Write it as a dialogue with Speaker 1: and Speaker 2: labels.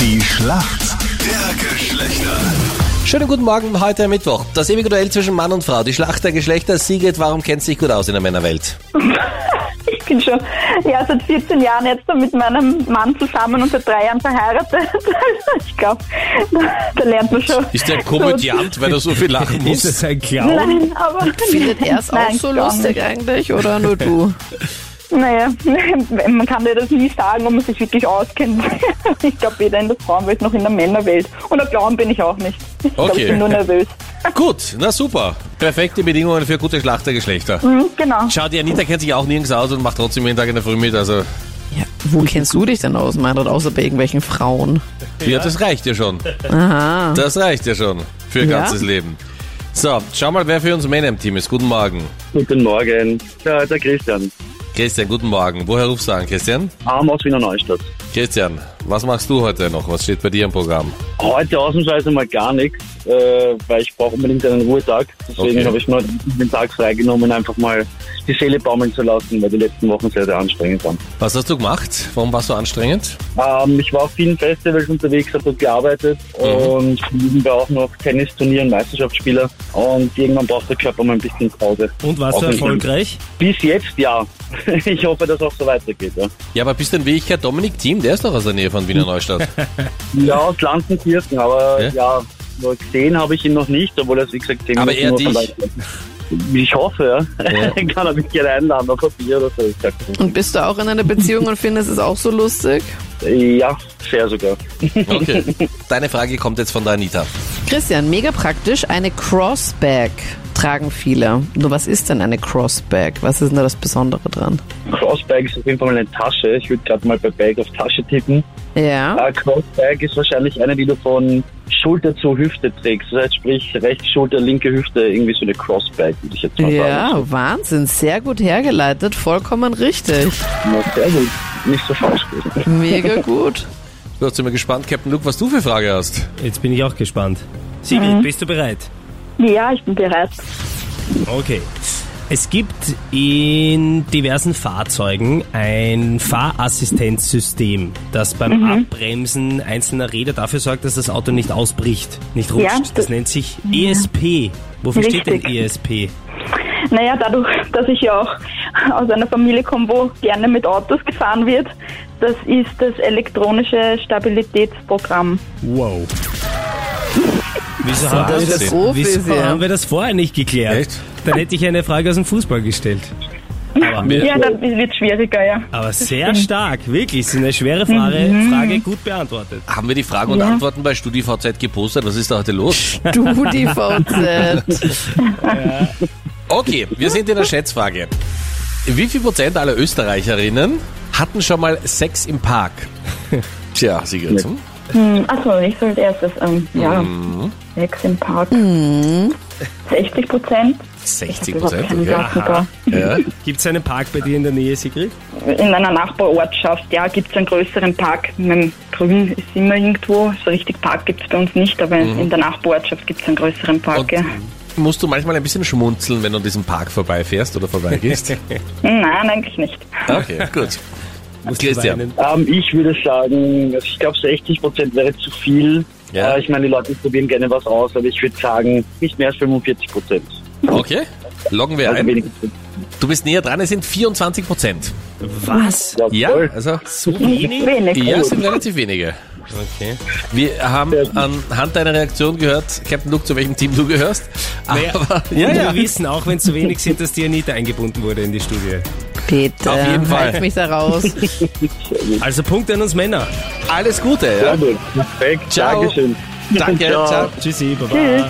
Speaker 1: Die Schlacht der Geschlechter.
Speaker 2: Schönen guten Morgen, heute Mittwoch. Das ewige Duell zwischen Mann und Frau, die Schlacht der Geschlechter. Sigrid, warum kennst du dich gut aus in der Männerwelt?
Speaker 3: Ich bin schon ja, seit 14 Jahren jetzt so mit meinem Mann zusammen und seit drei Jahren verheiratet. Ich glaube, da lernt man schon.
Speaker 4: Ist der Komödiant, weil er so viel lachen
Speaker 5: Ist
Speaker 4: muss?
Speaker 5: es ein Clown?
Speaker 3: Nein, aber
Speaker 6: Findet er es auch
Speaker 3: Nein,
Speaker 6: so
Speaker 3: gar
Speaker 6: lustig eigentlich oder nur du?
Speaker 3: Naja, man kann dir das nie sagen, ob man sich wirklich auskennt. Ich glaube, weder in der Frauenwelt noch in der Männerwelt. Und der Clown bin ich auch nicht. Ich glaube,
Speaker 2: Okay.
Speaker 3: ich bin nur nervös.
Speaker 2: Gut, na super. Perfekte Bedingungen für gute Schlacht der Geschlechter.
Speaker 3: Hm, genau.
Speaker 2: Schau, die Anita kennt sich auch nirgends aus und macht trotzdem jeden Tag in der Früh mit. Also,
Speaker 6: Ja, wo kennst du dich denn aus, Meinrad, außer bei irgendwelchen Frauen?
Speaker 2: ja, das reicht ja schon.
Speaker 6: Aha.
Speaker 2: Das reicht ja schon für ihr
Speaker 6: Ja.
Speaker 2: ganzes Leben. So, schau mal, wer für uns Männer im Team ist. Guten Morgen.
Speaker 7: Guten Morgen, der, der Christian.
Speaker 2: Christian, guten Morgen. Woher rufst du an, Christian?
Speaker 7: Arm aus Wiener Neustadt.
Speaker 2: Christian, was machst du heute noch? Was steht bei dir im Programm?
Speaker 7: Heute ausnahmsweise mal gar nichts, äh, weil ich brauche unbedingt einen Ruhetag. Deswegen
Speaker 2: Okay.
Speaker 7: habe ich mir den Tag freigenommen, einfach mal die Seele baumeln zu lassen, weil die letzten Wochen sehr, sehr anstrengend waren.
Speaker 2: Was hast du gemacht? Warum warst du anstrengend?
Speaker 7: Ähm, ich war auf vielen Festivals unterwegs, habe dort gearbeitet und nebenbei auch noch Tennisturnieren, Meisterschaftsspieler. Und irgendwann braucht der Körper mal ein bisschen Pause.
Speaker 5: Und warst du
Speaker 7: Hoffentlich.
Speaker 5: erfolgreich?
Speaker 7: Bis jetzt ja. ich hoffe, dass auch so weitergeht. Ja,
Speaker 2: Ja, aber bist du in Wirklichkeit Dominik Thiem? Der ist doch aus der Nähe von Wiener Neustadt.
Speaker 7: ja aus Lanzenkirchen, aber
Speaker 2: Ja?
Speaker 7: ja, nur gesehen habe ich ihn noch nicht, obwohl er, wie gesagt, zehn
Speaker 2: Aber
Speaker 7: Minuten
Speaker 2: er
Speaker 7: nur
Speaker 2: dich.
Speaker 7: von weit weg ist. Ich hoffe, ja.
Speaker 2: Ja.
Speaker 7: Kann er mich gerne einladen auf Papier oder so. Ich sag,
Speaker 6: Und bist du auch in einer Beziehung und findest es auch so lustig?
Speaker 7: ja, sehr sogar.
Speaker 2: Okay. Deine Frage kommt jetzt von der Anita.
Speaker 6: Christian, mega praktisch. Eine Crossbag tragen viele. Nur was ist denn eine Crossbag? Was ist denn da das Besondere dran?
Speaker 7: Crossbag ist auf jeden Fall mal eine Tasche. Ich würde gerade mal bei Bag auf Tasche tippen.
Speaker 6: Ja.
Speaker 7: Äh, Crossbag ist wahrscheinlich eine, die du von Schulter zu Hüfte trägst. Das heißt, sprich, rechts Schulter, linke Hüfte, irgendwie so eine Crossbag, würde ich jetzt mal
Speaker 6: Ja,
Speaker 7: sagen.
Speaker 6: Wahnsinn. Sehr gut hergeleitet. Vollkommen richtig.
Speaker 7: Na, sehr gut. Nicht so falsch gewesen.
Speaker 6: Mega gut.
Speaker 2: So, Jetzt sind wir gespannt, Captain Luke, was du für Frage hast.
Speaker 5: Jetzt bin ich auch gespannt. Sigrid,
Speaker 3: Mhm.
Speaker 5: bist du bereit?
Speaker 3: Ja, ich bin bereit.
Speaker 5: Okay. Es gibt in diversen Fahrzeugen ein Fahrassistenzsystem, das beim
Speaker 3: Mhm.
Speaker 5: Abbremsen einzelner Räder dafür sorgt, dass das Auto nicht ausbricht, nicht rutscht.
Speaker 3: Ja,
Speaker 5: das
Speaker 3: das-
Speaker 5: nennt sich ESP. Wofür steht denn E
Speaker 3: Richtig.
Speaker 5: ESP?
Speaker 3: Naja, dadurch, dass ich ja auch aus einer Familie komme, wo gerne mit Autos gefahren wird, das ist das elektronische Stabilitätsprogramm.
Speaker 5: Wow. Wieso, haben
Speaker 6: das
Speaker 5: wir,
Speaker 6: ist
Speaker 5: das,
Speaker 6: Profis,
Speaker 5: wieso
Speaker 6: ja.
Speaker 5: haben wir das vorher nicht geklärt?
Speaker 2: Echt?
Speaker 5: Dann hätte ich eine Frage aus dem Fußball gestellt. Aber,
Speaker 3: Ja, dann wird schwieriger, ja.
Speaker 5: aber sehr stark, wirklich. Ist eine schwere Frage, Frage gut beantwortet.
Speaker 2: Haben wir die Fragen und Antworten bei StudiVZ gepostet? Was ist da heute los?
Speaker 6: Du, die VZ.
Speaker 2: Okay, wir sind in der Schätzfrage. Wie viel Prozent aller Österreicherinnen hatten schon mal Sex im Park? Tja, Sigrid. hm?
Speaker 3: Achso, ich sollte erst das, ähm, ja,
Speaker 2: Mhm.
Speaker 3: Sex im Park. Mhm. 60 Prozent?
Speaker 2: 60
Speaker 3: Das hat
Speaker 2: Prozent,
Speaker 3: keinen
Speaker 2: okay.
Speaker 3: Sachen da.
Speaker 2: Ja.
Speaker 5: Gibt es einen Park bei dir in der Nähe, Sigrid?
Speaker 3: In einer Nachbarortschaft, ja, gibt es einen größeren Park. Mein Grün ist immer irgendwo. So richtig Park gibt es bei uns nicht, aber
Speaker 2: Mhm.
Speaker 3: in der Nachbarortschaft gibt es einen größeren Park,
Speaker 2: Und
Speaker 3: ja.
Speaker 2: musst du manchmal ein bisschen schmunzeln, wenn du an diesem Park vorbeifährst oder vorbeigehst?
Speaker 3: Nein, eigentlich nicht.
Speaker 2: Okay, gut.
Speaker 5: Musst
Speaker 2: Christian.
Speaker 5: weinen.
Speaker 7: Ähm, ich würde sagen, also ich glaube 60 Prozent wäre zu viel.
Speaker 2: Ja.
Speaker 7: Äh, ich meine, die Leute probieren gerne was aus, aber ich würde sagen, nicht mehr als 45 Prozent.
Speaker 2: Okay, loggen wir
Speaker 7: Also
Speaker 2: ein.
Speaker 7: weniger.
Speaker 2: Du bist näher dran, es sind 24 Prozent.
Speaker 5: Was?
Speaker 2: Ja,
Speaker 7: Jawohl.
Speaker 2: also
Speaker 3: Wenig.
Speaker 2: Ja, es sind relativ wenige.
Speaker 5: Okay.
Speaker 2: Wir haben anhand deiner Reaktion gehört, Captain Luke, zu welchem Team du gehörst. Aber, ja, ja.
Speaker 5: Wir wissen, auch wenn es zu wenig sind, dass die Anita eingebunden wurde in die Studie.
Speaker 6: Peter,
Speaker 2: Auf jeden Fall.
Speaker 6: halt mich da raus.
Speaker 5: Also Punkte an uns Männer.
Speaker 2: Alles Gute.
Speaker 7: Sehr
Speaker 2: Ja.
Speaker 7: gut. Perfekt.
Speaker 2: Ciao.
Speaker 7: Dankeschön.
Speaker 2: Danke. Ciao.
Speaker 5: Tschüssi, baba.